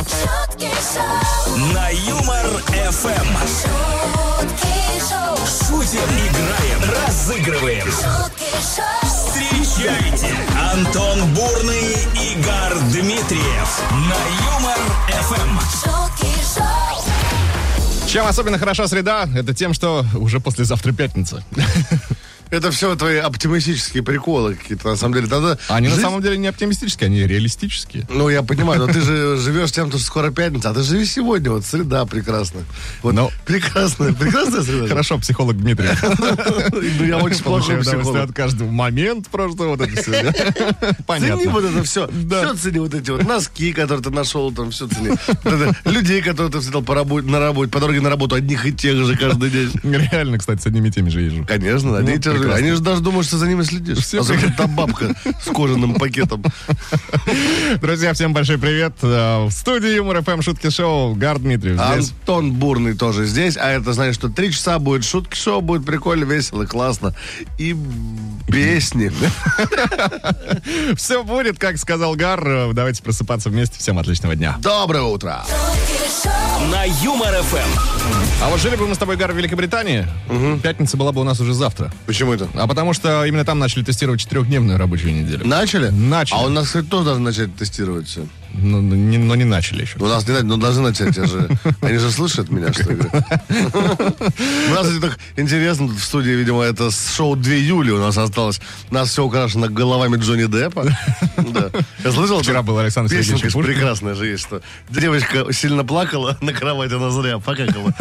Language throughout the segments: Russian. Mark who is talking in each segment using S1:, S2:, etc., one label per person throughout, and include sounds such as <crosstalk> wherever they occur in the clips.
S1: шутки шоу,
S2: На Юмор ФМ
S1: шутки шоу,
S2: шутим, играем, разыгрываем.
S1: шутки шоу,
S2: Встречайте Антон Бурный, Игорь Дмитриев на Юмор Эм. ФМ.
S1: шутки шоу,
S3: Чем особенно хороша среда, это тем, что уже послезавтра пятница.
S4: Это все твои оптимистические приколы какие-то, на самом деле. Тогда
S3: Они на
S4: жизнь-
S3: самом деле не оптимистические, они реалистические.
S4: Ну, я понимаю, но ты же живешь тем, что скоро пятница, а ты живи сегодня, вот среда прекрасна. Вот
S3: Ну.
S4: прекрасная, прекрасная среда.
S3: Хорошо, психолог Дмитрий.
S4: Ну, я очень плохой
S3: Получаю удовольствие
S4: психолог.
S3: от каждого момента просто вот это все.
S4: Цени
S3: Понятно.
S4: вот это все. Все цени вот эти вот носки, которые ты нашел, там все цени. Вот это Людей, которые ты встретил по работе, на работе, по дороге на работу, одних и тех же каждый день.
S3: Реально, кстати, с одними и теми же езжу.
S4: Конечно, они,
S3: Ну,
S4: те же-
S3: прекрасно.
S4: они же даже думают, что за ними следишь.
S3: Все
S4: Особенно там бабка с кожаным пакетом.
S3: Друзья, всем большой привет. Э, В студии Юмор ФМ Шутки Шоу Гар Дмитриев здесь. <laughs>
S4: Антон Бурный тоже здесь, а это значит, что три часа будет шутки, шоу будет прикольно, весело, классно. И песни. <laughs>
S3: Все будет, как сказал Гар. Э, Давайте просыпаться вместе. Всем отличного дня.
S4: Доброе утро!
S1: шутки шоу,
S2: На Юмор Эм. ФМ.
S3: А вот жили бы мы с тобой, Гар, в Великобритании, пятница была бы у нас уже завтра.
S4: Почему это?
S3: А потому что именно там начали тестировать четырехдневную рабочую неделю.
S4: Начали?
S3: Начали.
S4: А у нас, кстати, тоже должны начать тестировать все.
S3: Но, но Ну, не, но не начали еще.
S4: У Ну, нас не надо, но должны начать, я же. Они же слышат меня, что ли? У нас, кстати, так интересно, тут в студии, видимо, это с шоу 2 июля у нас осталось. У нас все украшено головами Джонни Деппа. Да. Я слышал,
S3: Вчера
S4: там
S3: был Александр
S4: песенка
S3: Сергеевич Пушкин.
S4: прекрасная же есть, что девочка сильно плакала, на кровати она зря покакала.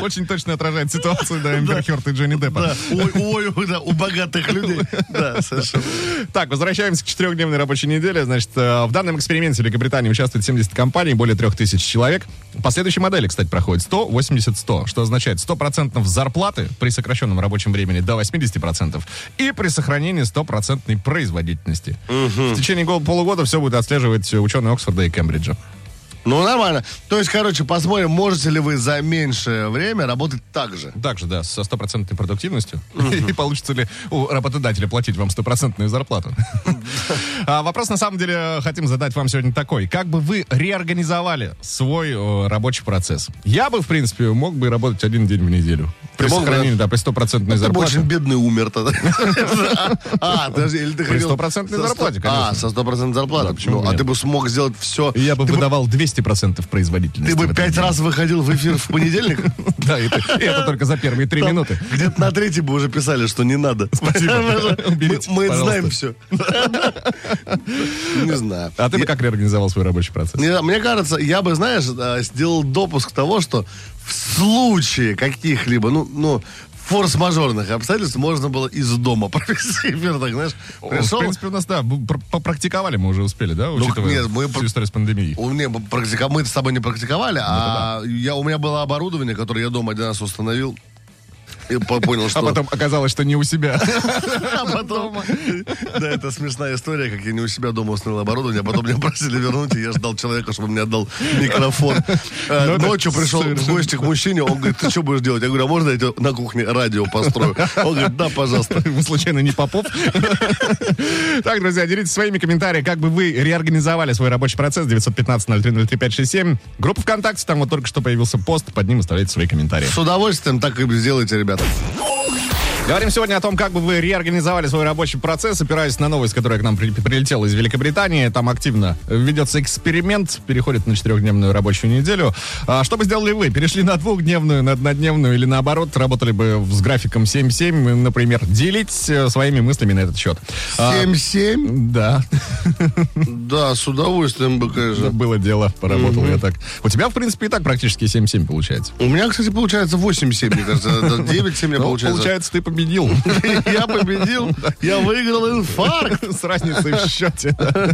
S3: Очень точно отражает ситуацию, да, Эмбер Хёрд и Джонни Деппа.
S4: Да, ой, ой, ой, да, у богатых людей. Да, совершенно.
S3: Так, возвращаемся к четырехдневной рабочей неделе. Значит, э, в данном эксперименте в Великобритании участвует 70 компаний, более 3000 человек. По следующей модели, кстати, проходит 100, 80, 100, что означает 100% зарплаты при сокращенном рабочем времени до 80% и при сохранении 100% производительности. В течение гол- полугода все будет отслеживать ученые Оксфорда и Кембриджа.
S4: Ну, нормально. То есть, короче, посмотрим, можете ли вы за меньшее время работать так же.
S3: Также, да, со стопроцентной продуктивностью. <laughs> И получится ли у работодателя платить вам стопроцентную
S4: <laughs>
S3: зарплату? А Вопрос, на самом деле, хотим задать вам сегодня такой. Как бы вы реорганизовали свой э, рабочий процесс? Я бы, в принципе, мог бы работать один день в неделю. При
S4: мог бы,
S3: сохранении, да, при
S4: Ну,
S3: стопроцентной
S4: Ты бы очень
S3: зарплате.
S4: бедный
S3: <laughs>
S4: умер тогда. А, подожди, или ты
S3: При
S4: хотел...
S3: 100%
S4: со
S3: зарплате,
S4: сто-
S3: конечно.
S4: А, со стопроцентной зарплаты.
S3: Да, почему
S4: Ну,
S3: бы
S4: А
S3: нет?
S4: ты бы смог сделать все...
S3: И Я бы
S4: Ты
S3: выдавал 200% производительности.
S4: Ты
S3: в
S4: бы
S3: этот
S4: пять
S3: день.
S4: раз выходил в эфир в понедельник.
S3: <laughs> Да, и это- и это только за первые три
S4: Там
S3: <laughs>
S4: <laughs>
S3: минуты.
S4: Где-то на третий бы уже писали, что не надо.
S3: Спасибо.
S4: Мы
S3: Уберите,
S4: мы это
S3: пожалуйста.
S4: знаем все. Не знаю.
S3: А ты бы как реорганизовал свой рабочий процесс?
S4: Не знаю, Мне кажется, я бы, знаешь, э, сделал допуск того, что в случае каких-либо, ну, ну, форс-мажорных обстоятельств можно было из дома <laughs> провести эфир, так, знаешь,
S3: В
S4: пришел, Ну,
S3: принципе, у нас, да, пр- попрактиковали мы уже успели, да, учитывая
S4: нет, мы
S3: всю
S4: пр-
S3: историю с пандемией. А
S4: У меня практика... Мы с тобой не практиковали, а я, у меня было оборудование, которое я дома один раз установил. И по- понял, что...
S3: А потом оказалось, что не у себя.
S4: <laughs> А потом- Да, это смешная история, как я не у себя дома установил оборудование, а потом меня просили вернуть, и я ждал человека, чтобы он мне отдал микрофон. Э,
S3: Ну, это
S4: Ночью пришел в
S3: совершенно-
S4: гости к мужчине, он говорит, ты что будешь делать? Я говорю, а можно я тебе на кухне радио построю? Он говорит, да, пожалуйста.
S3: Вы случайно не Попов? <laughs> Так, друзья, делитесь своими комментариями, как бы вы реорганизовали свой рабочий процесс 915-0303-567. Группа ВКонтакте, там вот только что появился пост, под ним оставляйте свои комментарии.
S4: С удовольствием так и сделайте, ребята.
S3: Говорим сегодня о том, как бы вы реорганизовали свой рабочий процесс, опираясь на новость, которая к нам при- прилетела из Великобритании. Там активно ведется эксперимент, переходит на четырехдневную рабочую неделю. А что бы сделали вы? Перешли на двухдневную, на однодневную или наоборот, работали бы с графиком 7-7, например? Делитесь э, своими мыслями на этот счет. А,
S4: 7-7?
S3: да, <laughs>
S4: Да, с удовольствием бы, конечно.
S3: было дело, поработал я так. У тебя, в принципе, и так практически 7-7 получается.
S4: У меня, кстати, получается 8-7, мне кажется.
S3: <laughs>
S4: 9-7 у меня
S3: Ну,
S4: получается.
S3: получается, ты победил.
S4: <laughs> Я победил, я выиграл инфаркт. <laughs>
S3: С разницей в счете. да.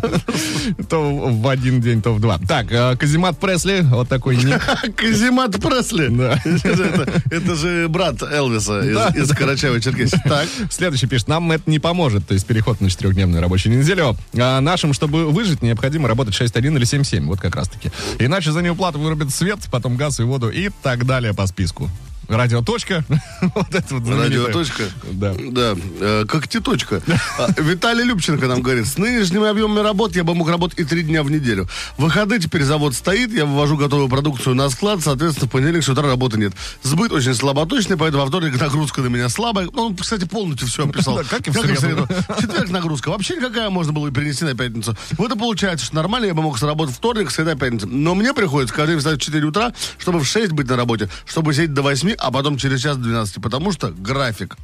S3: То в один день, то в два. Так, э, Казимат Пресли, вот такой ник.
S4: Казимат Пресли.
S3: Да.
S4: <laughs> Это, это же брат Элвиса из,
S3: Да.
S4: из Карачаева-Черкесии. Так.
S3: Следующий пишет, нам это не поможет, то есть переход на четырехдневную рабочую неделю. А нашим, чтобы выжить, необходимо работать 6-1 или 7-7, вот как раз таки. Иначе за неуплату вырубят свет, потом газ и воду и так далее по списку. Радио точка. <laughs> Вот это вот знаменитое.
S4: Радиоточка.
S3: Ну, Да.
S4: Да. Э, Как теточка. А, Виталий Любченко нам говорит, с нынешними объемами работ я бы мог работать и три дня в неделю. В Выходы теперь завод стоит, я вывожу готовую продукцию на склад, соответственно, в понедельник с утра работы нет. Сбыт очень слаботочный, поэтому во вторник нагрузка на меня слабая. Ну, Он, кстати, полностью все описал.
S3: Да, как и в среду.
S4: В четверг нагрузка. Вообще никакая можно было и перенести на пятницу. Вот и получается, что нормально я бы мог сработать вторник, среда, пятница. Но мне приходится каждый день встать в 4 утра, чтобы в 6 быть на работе, чтобы сидеть до 8, а потом через час до 12, потому что график.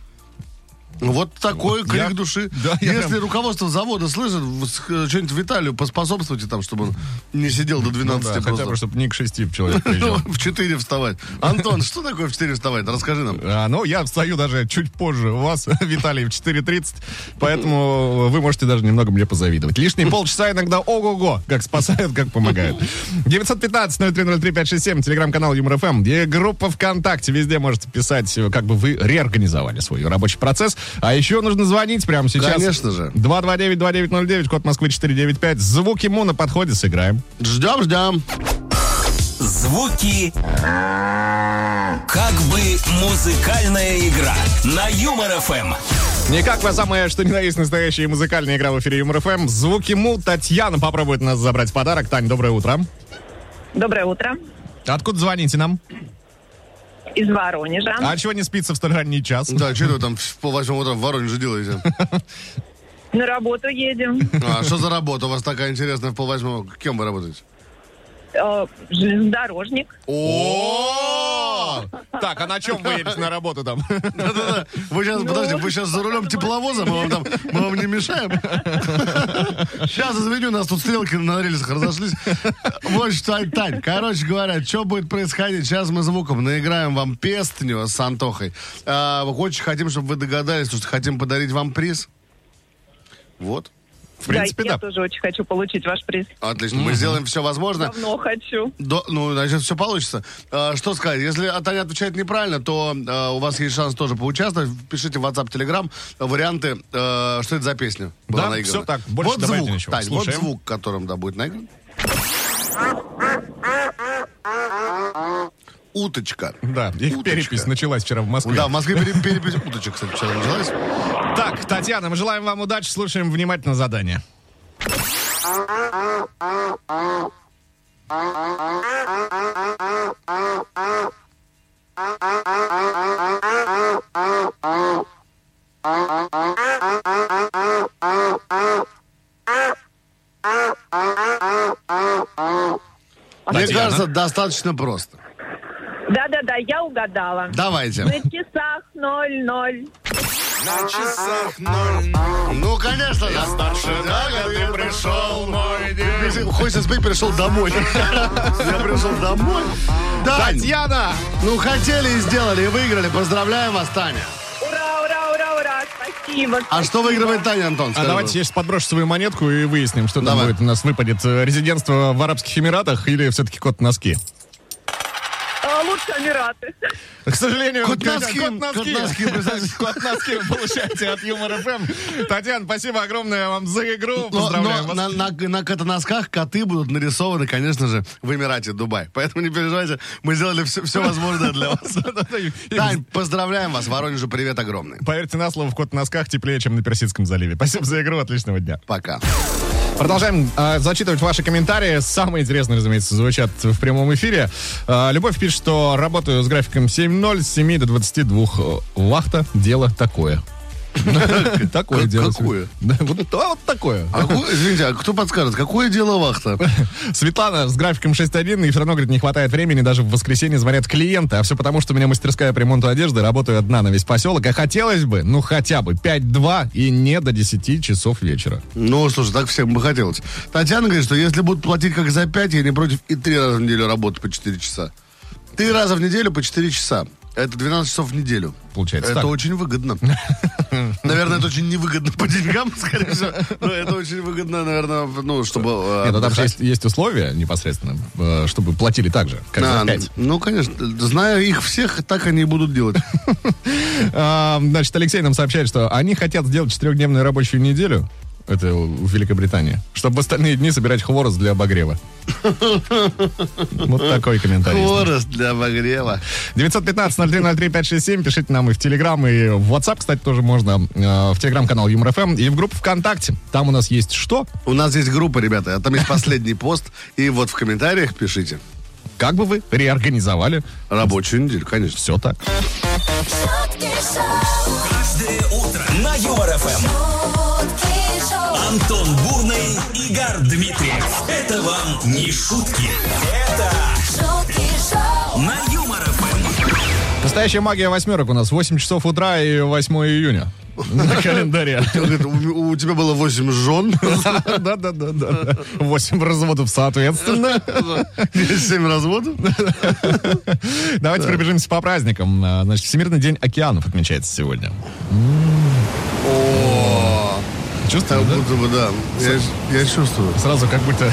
S4: Вот такой крик
S3: Я-
S4: души.
S3: <laughs> да, я
S4: Если
S3: прям-
S4: руководство завода слышит, в- с- э, что-нибудь Виталию поспособствуйте там, чтобы он не сидел до 12
S3: Ну Да, хотя
S4: просто.
S3: бы, чтобы не к шести человек
S4: Ну,
S3: приезжал.
S4: в 4 вставать. Антон, что такое в 4 вставать? Расскажи нам.
S3: А, ну, я встаю даже чуть позже у вас, <laughs> Виталий, в 4.30, поэтому вы можете даже немного мне позавидовать. Лишние полчаса иногда ого-го, как спасают, как помогают. 915-0303-567, телеграм-канал Юмор ФМ, где группа ВКонтакте, везде можете писать, как бы вы реорганизовали свой рабочий процесс. А еще нужно звонить прямо сейчас.
S4: Конечно же.
S3: 229-2909, код Москвы 495. Звук ему на подходе сыграем.
S4: Ждем, ждем.
S2: Звуки как бы музыкальная игра на Юмор Эм. ФМ.
S3: Никак вы самое, что ни на есть настоящая музыкальная игра в эфире Юмор ФМ. Звуки Му. Татьяна попробует нас забрать в подарок. Тань, доброе утро.
S5: Доброе утро.
S3: Откуда звоните нам?
S5: Из Воронежа.
S3: А чего не спится в столь ранний час?
S4: Да, что вы там в пол восьмого утра в Воронеже делаете?
S5: На
S3: <laughs>
S5: работу едем.
S4: А что за работа у вас такая интересная в пол восьмого? Кем вы работаете?
S5: Э, Железнодорожник.
S3: О! Так, а на чем вы едете на работу там?
S4: Да-да-да. Вы сейчас, подожди, вы сейчас за рулем тепловоза, мы вам, там, мы вам не мешаем. Сейчас извиню, у нас тут стрелки на рельсах разошлись. Вот что, Тань, Тань, короче говоря, что будет происходить? Сейчас мы звуком наиграем вам песню с Антохой. А, очень хотим, чтобы вы догадались, потому что хотим подарить вам приз. Вот.
S3: <laughs> В принципе,
S5: да, я
S3: да.
S5: тоже очень хочу получить ваш приз.
S4: Отлично, мы сделаем все возможное.
S5: Давно хочу.
S4: До- ну, значит, все получится. А, что сказать? Если Таня отвечает неправильно, то а, у вас есть шанс тоже поучаствовать. Пишите в WhatsApp, Telegram варианты, а, что это за песня была
S3: Да,
S4: наиграна.
S3: всё так, больше
S4: вот
S3: добавить
S4: звук,
S3: нечего.
S4: Тань, вот
S3: Слушаем.
S4: звук, которым, да, будет наигран. Уточка.
S3: Да, их
S4: Уточка.
S3: перепись началась вчера в Москве.
S4: Да, в Москве пере- перепись уточек, кстати, вчера началась.
S3: Так, Татьяна, мы желаем вам удачи, слушаем внимательно задание.
S4: Мне
S3: Татьяна.
S4: кажется, достаточно просто.
S5: Да-да-да, я угадала.
S4: Давайте.
S5: На часах ноль-ноль.
S4: На часах ноль. Ну, конечно, я старше на ты пришел мой день. Хочется спеть, пришел домой. Я пришел домой. Тань,
S3: Татьяна!
S4: ну хотели и сделали, и выиграли. Поздравляем вас, Таня.
S5: Ура, ура, ура, ура. Спасибо.
S4: А что выигрывает Таня, Антон?
S3: А
S4: скажи,
S3: давайте я сейчас подброшу свою монетку и выясним, что там
S4: Давай.
S3: будет. У нас выпадет э, резидентство в Арабских Эмиратах или все-таки кот-носки?
S5: А, Лучше Эмираты.
S3: К сожалению,
S4: Кот-носки.
S3: кот- кот-носки.
S4: Кот-носки, представляете?
S3: Кот-носки вы получаете от Юмор ФМ. Татьяна, спасибо огромное вам за игру.
S4: Но,
S3: Поздравляем
S4: но
S3: вас.
S4: на, на, на котоносках коты будут нарисованы, конечно же, в Эмирате, Дубай. Поэтому не переживайте, мы сделали все, все возможное для <laughs>
S3: <laughs>
S4: вас.
S3: Да-да-да. И,
S4: Тань, поздравляем вас. Воронежу привет огромный.
S3: Поверьте на слово, в кот-носках теплее, чем на Персидском заливе. Спасибо за игру, отличного дня.
S4: Пока.
S3: Продолжаем э, зачитывать ваши комментарии. Самые интересные, разумеется, звучат в прямом эфире. Э, Любовь пишет, что работаю с графиком 7.0 с 7 до 22. Э, Вахта – дело <laughs> такое. Такое
S4: Как-
S3: дело.
S4: какое?
S3: Да, Вот а вот такое.
S4: А ку- извините, а кто подскажет, какое дело вахта?
S3: <laughs> Светлана с графиком 6.1 и все равно, говорит, не хватает времени, даже в воскресенье звонят клиенты, а все потому, что у меня мастерская по ремонту одежды, работаю одна на весь поселок, а хотелось бы, ну хотя бы 5-2 и не до 10 часов вечера.
S4: Ну, слушай, так всем бы хотелось. Татьяна говорит, что если будут платить как за 5, я не против и три раза в неделю работать по 4 часа. Три раза в неделю по 4 часа. Это 12 часов в неделю.
S3: Получается
S4: Это
S3: так.
S4: очень
S3: <laughs>
S4: выгодно. Наверное, это очень невыгодно по деньгам, <laughs> скорее всего. Но это очень выгодно, наверное, ну, чтобы... э,
S3: Нет, ну, там же
S4: отдыхать.
S3: есть, есть условия непосредственно, э, чтобы платили так же, как за
S4: А,
S3: 5.
S4: ну, конечно, зная их всех, так они и будут
S3: <laughs>
S4: делать.
S3: А, Значит, Алексей нам сообщает, что они хотят сделать четырехдневную рабочую неделю, Это в Великобритании. Чтобы в остальные дни собирать хворост для
S4: <laughs>
S3: обогрева. Вот такой комментарий.
S4: Хворост для обогрева.
S3: 915-0303-567. Пишите нам и в Телеграм, и в WhatsApp, кстати, тоже можно. э, В Телеграм-канал Юмор ФМ и в группу ВКонтакте. Там у нас есть что?
S4: У нас есть группа, ребята, а там
S3: <laughs>
S4: есть последний пост. И вот в комментариях пишите.
S3: Как бы вы реорганизовали
S4: Рабочую неделю, конечно.
S3: все так.
S1: шутки шоу,
S2: Каждое утро на Юмор ФМ.
S1: шутки шоу,
S2: Антон Бурный, Игорь Дмитриев. Это вам не шутки. Это
S1: шутки шоу,
S2: на Юмор Эм. ФМ.
S3: Настоящая магия восьмерок у нас 8 часов утра и 8 июня. На <laughs> календаре.
S4: Он говорит, у, у тебя было 8 <laughs> жен,
S3: Да-да-да. 8 разводов, соответственно.
S4: 7 разводов.
S3: Давайте пробежимся по праздникам. А, Значит, Всемирный день океанов отмечается сегодня.
S4: О,
S3: Чувствую,
S4: Как
S3: Ну да?
S4: будто бы, да. Я, я чувствую.
S3: Сразу как будто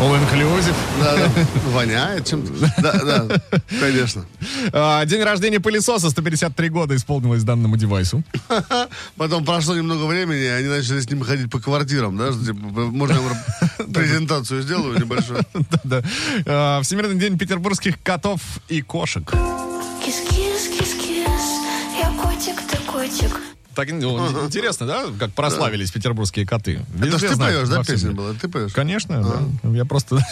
S3: all inclusive.
S4: Да, да. Воняет чем-то. Да, да, конечно.
S3: А, День рождения пылесоса, 153 года исполнилось данному девайсу. <laughs>
S4: Потом прошло немного времени, и они начали с ним ходить по квартирам, да? что, типа, можно я
S3: <laughs>
S4: вам презентацию сделаю небольшую?
S3: Да. А, Всемирный день петербургских котов и кошек.
S6: Кис-кис, кис-кис, я котик, ты котик.
S3: Так ну, интересно, да, как прославились петербургские коты?
S4: Это ж ты
S3: Везде знают
S4: поешь, да,
S3: во всем
S4: песня
S3: мире.
S4: была? Ты поешь?
S3: Конечно, да. я просто <laughs>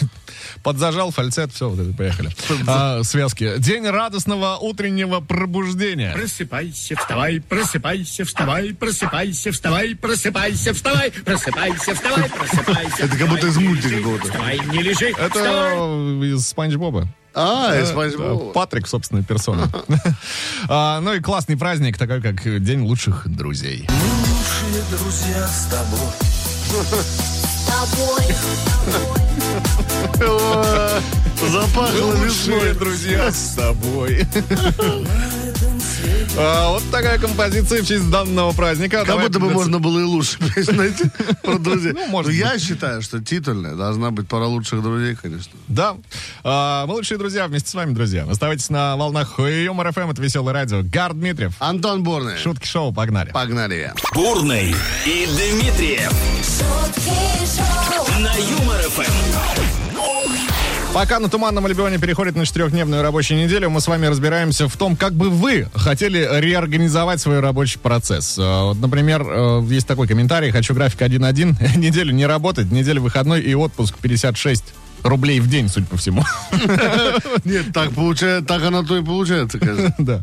S3: подзажал фальцет, все, вот это, поехали. А, связки. День радостного утреннего пробуждения.
S7: Просыпайся, вставай, просыпайся, вставай, просыпайся, вставай, просыпайся, вставай, просыпайся, вставай, просыпайся.
S4: Это как будто из мультика какого-то.
S7: Вставай, не лежи, вставай.
S3: Это из Спанч Боба.
S4: А, из
S3: Да,
S4: «Спанч Боба».
S3: Патрик, собственно, персона. <laughs> А, Ну и классный праздник, такой как День лучших друзей.
S2: Лучшие друзья с тобой.
S1: с тобой,
S4: Запахло
S3: Лучшие
S4: весной.
S3: друзья с тобой. <laughs> А, Вот такая композиция в честь данного праздника.
S4: Как
S3: Давай
S4: будто бы
S3: придется-
S4: можно было и лучше <laughs> песню найти <laughs> про друзей.
S3: Ну, может
S4: Но Я считаю, что титульная должна быть пара лучших друзей, конечно.
S3: Да. А, Мы лучшие друзья вместе с вами, друзья. Оставайтесь на волнах Эм Юмор ФМ, это веселое радио. Гар Дмитриев.
S4: Антон Борный.
S3: Шутки шоу, погнали.
S4: Погнали.
S2: Бурный и Дмитриев
S1: шутки шоу,
S2: на Юмор ФМ.
S3: Пока на Туманном Альбионе переходит на четырехдневную рабочую неделю, мы с вами разбираемся в том, как бы вы хотели реорганизовать свой рабочий процесс. Э, Вот, например, э, есть такой комментарий, хочу график <laughs> 1-1, неделю не работать, неделю выходной и отпуск 56 рублей в день, судя по всему.
S4: <laughs>
S3: <laughs>
S4: Нет, так получается, так оно то и получается, конечно.
S3: Да.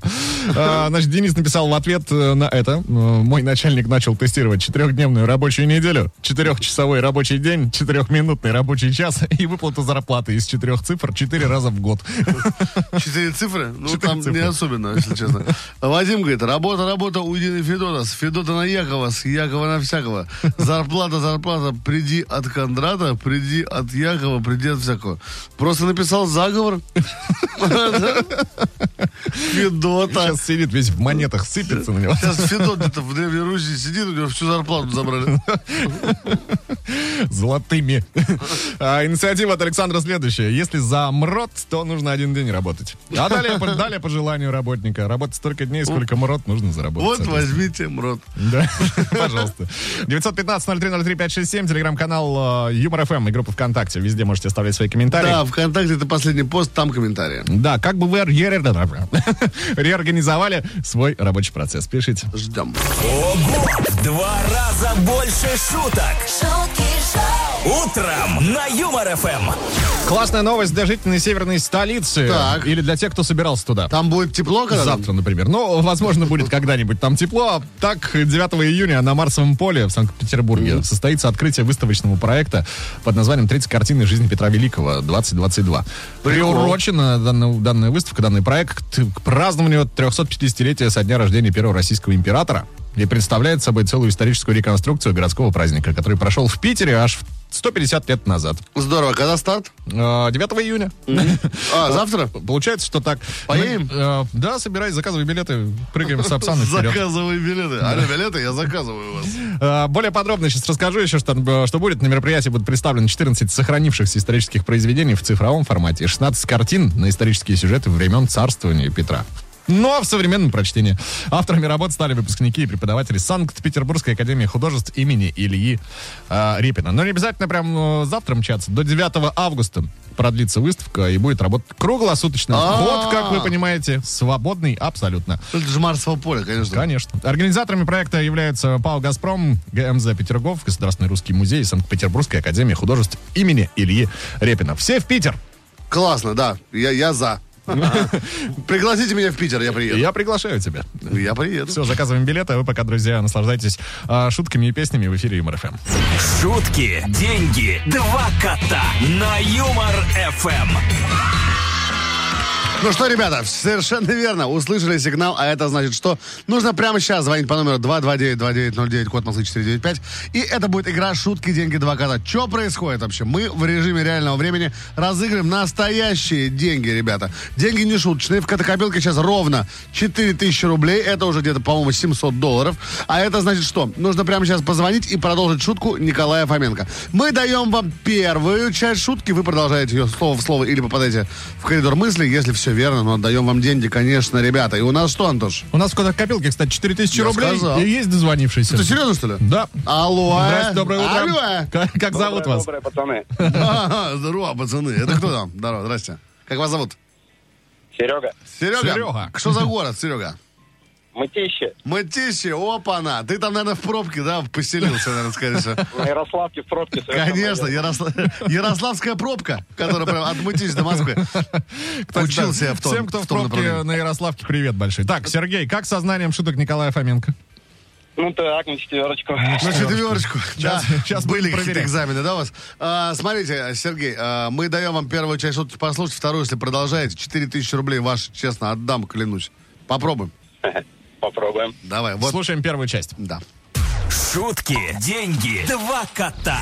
S3: А, Значит, Денис написал в ответ э, на это. э, Мой начальник начал тестировать четырехдневную рабочую неделю, четырехчасовой рабочий день, четырехминутный рабочий час и выплату зарплаты из четырех цифр четыре раза в год.
S4: <laughs>
S3: <laughs>
S4: Четыре цифры? Ну,
S3: Четыре
S4: там не
S3: цифры.
S4: особенно, если честно. Вадим говорит, работа, работа, уйди на Федота, с Федота на Якова, с Якова на всякого. Зарплата, зарплата, приди от Кондрата, приди от Якова, приди от всякого. Просто написал заговор. <laughs> Федота.
S3: Сейчас сидит весь в монетах, сыпется на него. <laughs>
S4: Сейчас Федот где-то в Древней Руси сидит, у него всю зарплату
S3: <laughs>
S4: забрали.
S3: Золотыми. А, инициатива от Александра следующая. Если замрот, то нужно один день работать. А далее, по- далее по желанию работника. Работать столько дней, сколько мрот нужно заработать.
S4: Вот
S3: соответственно.
S4: возьмите, мрот.
S3: Да, <laughs> пожалуйста. 915-0303-567, телеграм-канал э, Юмор ФМ и группа ВКонтакте. Везде можете оставлять свои комментарии.
S4: Да, ВКонтакте это последний пост, там комментарии.
S3: Да, как бы вы ре- <laughs> реорганизовали свой рабочий процесс. Пишите.
S4: Ждем.
S2: Ого! В Два раза больше шуток.
S1: шутки шоу,
S2: Утром на Юмор ФМ.
S3: Классная новость для жителей северной столицы.
S4: Так.
S3: Или для тех, кто собирался туда.
S4: Там будет тепло, когда?
S3: Завтра, например. Но, возможно, будет когда-нибудь там тепло. А Так, 9 июня на Марсовом поле в Санкт-Петербурге состоится открытие выставочного проекта под названием «30 картины жизни Петра Великого 2022». Приурочена данная, данная выставка, данный проект к празднованию 350-летия со дня рождения первого российского императора и представляет собой целую историческую реконструкцию городского праздника, который прошел в Питере аж в 150 лет назад,
S4: Здорово, когда старт?
S3: Э, 9 июня. <laughs>
S4: А, завтра?
S3: Получается, что так.
S4: Поедем?
S3: Мы, э, да, собирай, заказывай билеты, прыгаем с
S4: <laughs>
S3: Сапсана вперед.
S4: Заказывай билеты. Алло, билеты, я заказываю у вас.
S3: Э, Более подробно сейчас расскажу еще, что, э, что будет. На мероприятии будут представлены 14 сохранившихся исторических произведений в цифровом формате и 16 картин на исторические сюжеты времен царствования Петра. но в современном прочтении. Авторами работ стали выпускники и преподаватели Санкт-Петербургской академии художеств имени Ильи э, Репина. Но не обязательно прям э, завтра мчаться. До 9 августа продлится выставка и будет работать круглосуточно.
S4: А-а-а.
S3: Вот, как вы понимаете, свободный абсолютно.
S4: Ну, Это же Марсово поле, конечно.
S3: Конечно. Организаторами проекта являются ПАО «Газпром», ГМЗ «Петергоф», Государственный русский музей и Санкт-Петербургская академия художеств имени Ильи Репина. Все в Питер!
S4: Классно, да. Я, я за.
S3: <laughs>
S4: Пригласите меня в Питер, я приеду.
S3: Я приглашаю тебя.
S4: Я приеду.
S3: Все, заказываем билеты, а вы пока, друзья, наслаждайтесь а, шутками и песнями в эфире Юмор ФМ.
S2: Шутки, деньги, два кота на Юмор ФМ.
S4: Ну что, ребята, совершенно верно. Услышали сигнал, а это значит, что нужно прямо сейчас звонить по номеру 229-2909, код Москвы 495. И это будет игра «Шутки, деньги, два кота». Что происходит вообще? Мы в режиме реального времени разыгрываем настоящие деньги, ребята. Деньги не шуточные. В катакопилке сейчас ровно 4000 рублей. Это уже где-то, по-моему, 700 долларов. А это значит что? Нужно прямо сейчас позвонить и продолжить шутку Николая Фоменко. Мы даем вам первую часть шутки. Вы продолжаете ее слово в слово или попадаете в коридор мысли, если все верно. Но отдаем вам деньги, конечно, ребята. И у нас что, Антош?
S3: У нас в кодах копилки, кстати, 4000
S4: Я
S3: рублей.
S4: сказал.
S3: И есть дозвонившийся.
S4: Ты серьезно, что ли?
S3: Э, Да.
S4: Алло. а?
S3: Здравствуйте, доброе утро.
S4: Алло.
S3: Как, как зовут вас?
S8: Доброе, пацаны.
S4: Ага, Здорово, пацаны. Это кто там? Здорово, здрасте. Как вас зовут?
S8: Серега,
S4: Серега?
S3: Серега.
S4: Что за город, Серега?
S8: мытище.
S4: Мытище, опана. Ты там, наверное, в пробке, да, поселился, наверное, скорее всего.
S8: На Ярославке в пробке. совершенно
S4: Конечно,
S8: верно.
S4: Яросла- Ярославская пробка, которая прям от Мытища до Москвы.
S3: Так,
S4: Учился
S3: да.
S4: я в том
S3: Всем, кто в,
S4: в том
S3: пробке
S4: направлении.
S3: на Ярославке, привет большой. Так, Сергей, как со знанием шуток Николая Фоменко?
S8: Ну так, на четверочку.
S4: На четверочку.
S3: Сейчас-
S4: Да.
S3: сейчас
S4: были
S3: будем
S4: какие-то
S3: проверять.
S4: экзамены, да, у вас? А, смотрите, Сергей, а, мы даем вам первую часть шутки послушать, вторую, если продолжаете, 4000 рублей ваши, честно, отдам, клянусь. Попробуем.
S8: Попробуем.
S4: Давай, вот.
S3: Слушаем первую часть.
S4: Да.
S2: Шутки, деньги, два кота.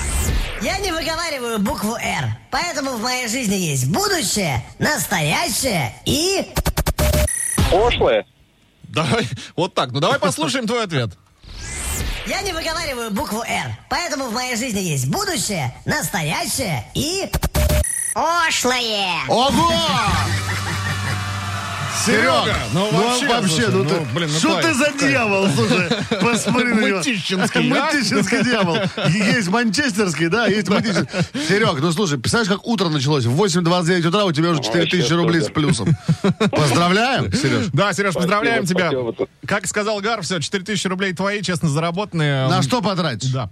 S9: Я не выговариваю букву «Р», поэтому в моей жизни есть будущее, настоящее и...
S8: Пошлые?
S3: Давай, вот так. Ну давай послушаем твой ответ.
S9: Я не выговариваю букву «Р», поэтому в моей жизни есть будущее, настоящее и... Ошлое!
S4: Ого! Серега,
S3: ну вообще, слушай,
S4: ну,
S3: ну,
S4: ты,
S3: блин, ну
S4: что
S3: кайф,
S4: ты за дьявол, слушай, посмотри на него.
S3: Мытищинский, а?
S4: Мытищинский дьявол. Есть манчестерский, да, есть мытищинский. Серег, ну слушай, представляешь, как утро началось? В 8.29 утра у тебя уже 4000
S8: Вообще
S4: рублей с
S8: супер.
S4: плюсом. Поздравляем, Сереж.
S3: Да, Сереж, поздравляем тебя.
S8: спасибо, пацан.
S3: Как сказал Гар, все, 4000 рублей твои, честно заработанные.
S4: На что потратишь?
S3: Да.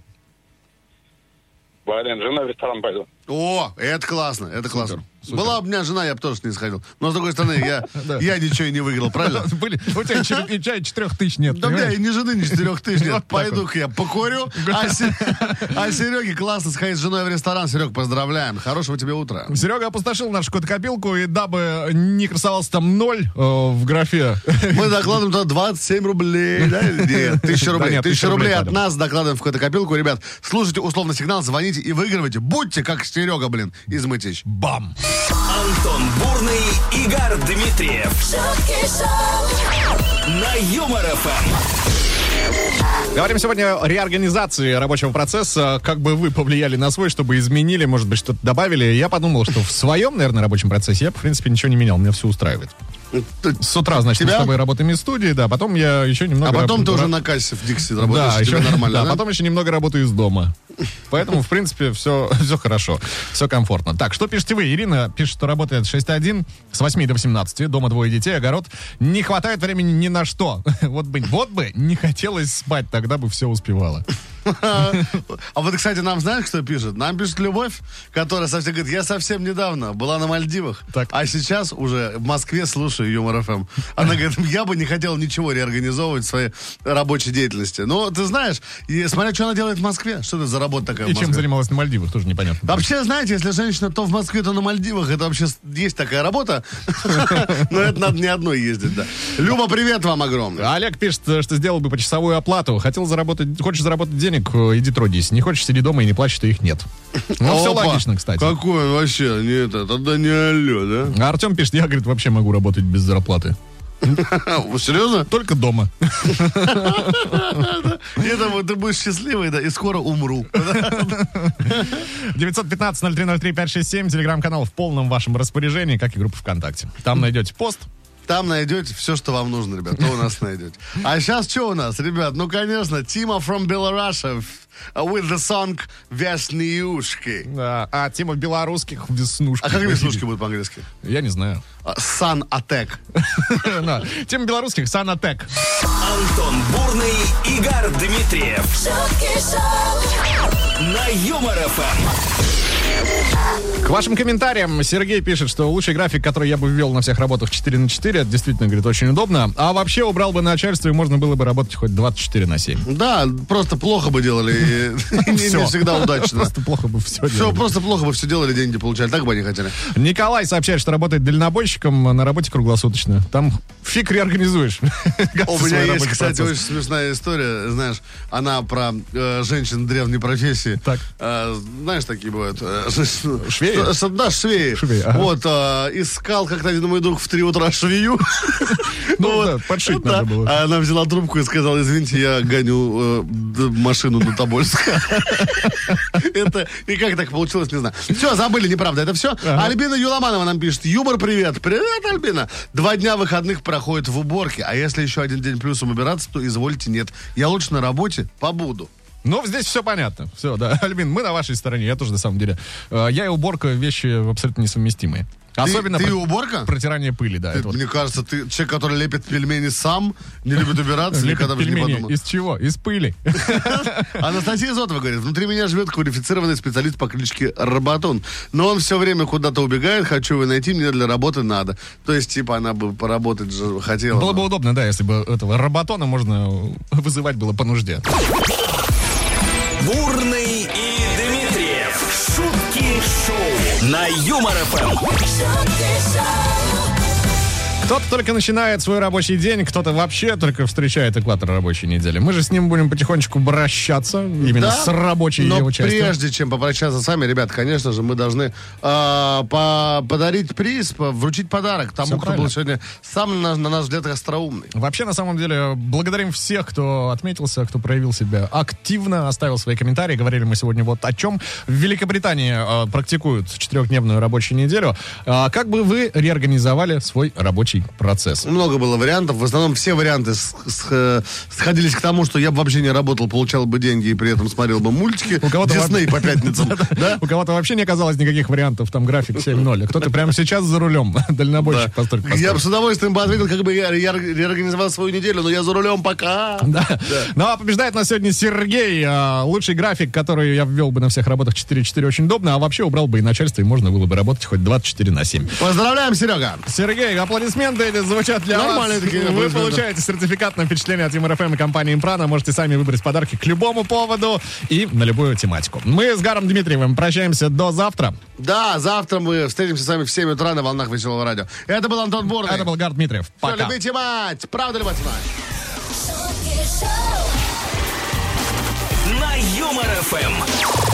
S8: Блин, жена в ресторан пойду.
S4: О, это классно, это классно. Была бы у меня жена, я бы тоже не сходил. Но, с другой стороны,
S3: <laughs>
S4: я, я ничего и не выиграл, правильно?
S3: Были, у тебя чер- и чай 4000 нет,
S4: Да, бля,
S3: понимаешь?
S4: и ни жены, ни четырех
S3: <laughs>
S4: тысяч
S3: Вот
S4: нет.
S3: так
S4: Пойду-ка я покурю. А Се- <laughs> а Сереге классно сходить с женой в ресторан. Серег, поздравляем. Хорошего тебе утра.
S3: Серега опустошил нашу копилку, и дабы не красовался там ноль э, в графе, <laughs>
S4: Мы докладываем туда 27 рублей, да, или нет?
S3: <laughs>
S4: Тысяча
S3: Да
S4: рублей.
S3: нет,
S4: Тысяча
S3: 1000
S4: рублей
S3: рублей
S4: от
S3: кладем.
S4: нас докладываем в какую-то копилку. Ребят, слушайте условный сигнал, звоните и выигрывайте. Будьте как Серега, блин, из Мытищ.
S3: бам!
S2: Антон Бурный, Игорь Дмитриев
S1: шутки шоу,
S2: на Юмор ФМ.
S3: Говорим сегодня о реорганизации рабочего процесса. Как бы вы повлияли на свой, чтобы изменили, может быть, что-то добавили. Я подумал, что в своем, наверное, рабочем процессе я, в принципе, ничего не менял. Меня все устраивает. С утра, значит, мы
S4: Тебя?
S3: с тобой работаем из студии, да, потом я еще
S4: А
S3: немного...
S4: потом ты
S3: раб-
S4: уже на кассе в Дикси
S3: Да,
S4: работаешь, и тебе
S3: еще-
S4: нормально,
S3: да,
S4: да?
S3: а потом еще немного работаю из дома. Поэтому, в принципе, <laughs> все, все хорошо, все комфортно. Так, что пишете вы? Ирина пишет, что работает 6-1, с 8 до 18, дома двое детей, огород. Не хватает времени ни на что. <laughs> Вот бы, вот бы не хотелось спать, тогда бы все успевала.
S4: А вот, кстати, нам знаешь, кто пишет? Нам пишет Любовь, которая совсем говорит, я совсем недавно была на Мальдивах,
S3: Так.
S4: а сейчас уже в Москве слушаю Юмор ФМ. Она говорит, я бы не хотел ничего реорганизовывать в своей рабочей деятельности. Но ты знаешь, и смотря, что она делает в Москве. Что это за работа такая в
S3: И чем
S4: Москве?
S3: занималась на Мальдивах, тоже непонятно.
S4: Вообще, знаете, если женщина то в Москве, то на Мальдивах, это вообще с- есть такая работа. <laughs> Но это надо не одной ездить, да. Люба, привет вам огромный.
S3: Олег пишет, что сделал бы почасовую оплату. Хотел заработать, хочешь заработать денег, э, иди трудись. Не хочешь, сиди дома и не плачь, что их нет. Ну, все
S4: Опа.
S3: логично, кстати.
S4: Какой он вообще? Не это, тогда не алло,
S3: А Артем пишет, я, говорит, вообще могу работать без зарплаты.
S4: да? Серьезно?
S3: Только дома.
S4: Это вот ты будешь счастливый, да, и скоро умру. <laughs>
S3: 915-0303-567, телеграм-канал в полном вашем распоряжении, как и группа ВКонтакте. Там найдете пост,
S4: Там найдете все, что вам нужно, ребят. То у нас найдете. А сейчас что у нас, ребят? Ну, конечно, Тима from Belarus with the song «Веснюшки».
S3: Да, а тема белорусских веснушки.
S4: А как веснушки будут по-английски? А,
S3: Я не знаю. <laughs>
S4: Сан Атек.
S3: Да. Тема белорусских санатек.
S2: Антон Бурный, Игорь Дмитриев.
S1: шутки шоу,
S2: На Юмор ФМ.
S3: К вашим комментариям Сергей пишет, что лучший график, который я бы ввел на всех работах 4 на 4, это действительно, говорит, очень удобно. А вообще убрал бы начальство, и можно было бы работать хоть 24 на 7.
S4: Да, просто плохо бы делали. и <laughs> Не
S3: Всё.
S4: не всегда <laughs> удачно.
S3: Просто плохо бы все
S4: Все, просто плохо бы все делали, деньги получали. Так бы они хотели.
S3: Николай сообщает, что работает дальнобойщиком а на работе круглосуточно. Там фиг реорганизуешь. <laughs>
S4: А У
S3: Кажется,
S4: меня
S3: свой
S4: есть,
S3: рабочий
S4: кстати,
S3: процесс.
S4: очень смешная история. Знаешь, она про э, женщин древней профессии.
S3: Так.
S4: Э, знаешь, такие бывают. э, <laughs>
S3: Швеи?
S4: с- Да, швеи.
S3: Швеи, ага.
S4: Вот, э, искал как-то один мой друг в 3 утра
S3: <laughs>
S4: швею.
S3: Ну да, подшить
S4: Да.
S3: надо было.
S4: А она взяла трубку и сказала, извините, я гоню э, д- машину до Тобольска. <laughs> Это, и как так получилось, не знаю. Все, забыли, неправда, это все. Альбина Юломанова нам пишет, юмор, привет. Привет, Альбина. Два дня выходных проходят в уборке, а если еще один день плюсом убираться, то извольте, нет. Я лучше на работе побуду.
S3: Ну, здесь все понятно. Все, да. <laughs> Альбин, мы на вашей стороне, я тоже на самом деле. Э, Я и уборка вещи абсолютно несовместимые. Особенно
S4: ты
S3: про-
S4: уборка?
S3: протирание пыли, да.
S4: Ты-
S3: это вот.
S4: Мне кажется, ты человек, который лепит пельмени сам, не любит убираться,
S3: Лепит
S4: никогда бы не
S3: пельмени
S4: подумал.
S3: из чего? Из пыли. <laughs>
S4: Анастасия Зотова говорит, внутри меня живет квалифицированный специалист по кличке Роботун. Но он все время куда-то убегает, хочу его найти, мне для работы надо. То есть, типа, она бы поработать же хотела.
S3: Было бы
S4: но-
S3: удобно, да, если бы этого роботона можно вызывать было по нужде.
S2: Бурный и Дмитриев. Шутки шоу. На Юмор ФМ.
S1: шутки шоу,
S3: Кто-то только начинает свой рабочий день, кто-то вообще только встречает экватор рабочей недели. Мы же с ним будем потихонечку бращаться, именно
S4: Да,
S3: с рабочей
S4: но
S3: его частью.
S4: прежде чем попрощаться с вами, ребят, конечно же, мы должны э, по- подарить приз, по- вручить подарок тому,
S3: Всё
S4: кто
S3: правильно.
S4: был сегодня сам, на, на наш взгляд, остроумный.
S3: Вообще, на самом деле, благодарим всех, кто отметился, кто проявил себя активно, оставил свои комментарии. Говорили мы сегодня вот о чем. В Великобритании э, практикуют четырехдневную рабочую неделю. А как бы вы реорганизовали свой рабочий процесс?
S4: Много было вариантов. В основном все варианты с- с- э, сходились к тому, что я бы вообще не работал, получал бы деньги и при этом смотрел бы мультики.
S3: У кого-то
S4: Дисней
S3: во-
S4: по
S3: <laughs>
S4: пятницам. Да?
S3: У кого-то вообще не оказалось никаких вариантов, там график 7-0. Кто-то прямо сейчас за рулем, <laughs> дальнобойщик постольку
S4: Я бы
S3: постольку.
S4: с удовольствием бы ответил, как бы я, я реорганизовал свою неделю, но я за рулем пока.
S3: Да. Ну а побеждает нас сегодня Сергей. А, Лучший график, который я ввел бы на всех работах 4-4, очень удобно. А вообще убрал бы и начальство, и можно было бы работать хоть 24 на 7.
S4: Поздравляем, Серега!
S3: Сергей, аплодисменты или звучат для
S4: Нормальные
S3: вас.
S4: такие
S3: Вы
S4: аплодисменты.
S3: получаете сертификат на впечатление от МРФМ и компании «Импрана». Можете сами выбрать подарки к любому поводу и на любую тематику. Мы с Гаром Дмитриевым прощаемся до завтра.
S4: Да, завтра мы встретимся с вами в 7 утра на волнах веселого радио. Это был Антон Бурный.
S3: Это был Гар Дмитриев.
S4: Всё,
S3: Пока.
S4: любите мать! Правда ли мать?
S1: шутки шоу.
S2: На Юмор ФМ.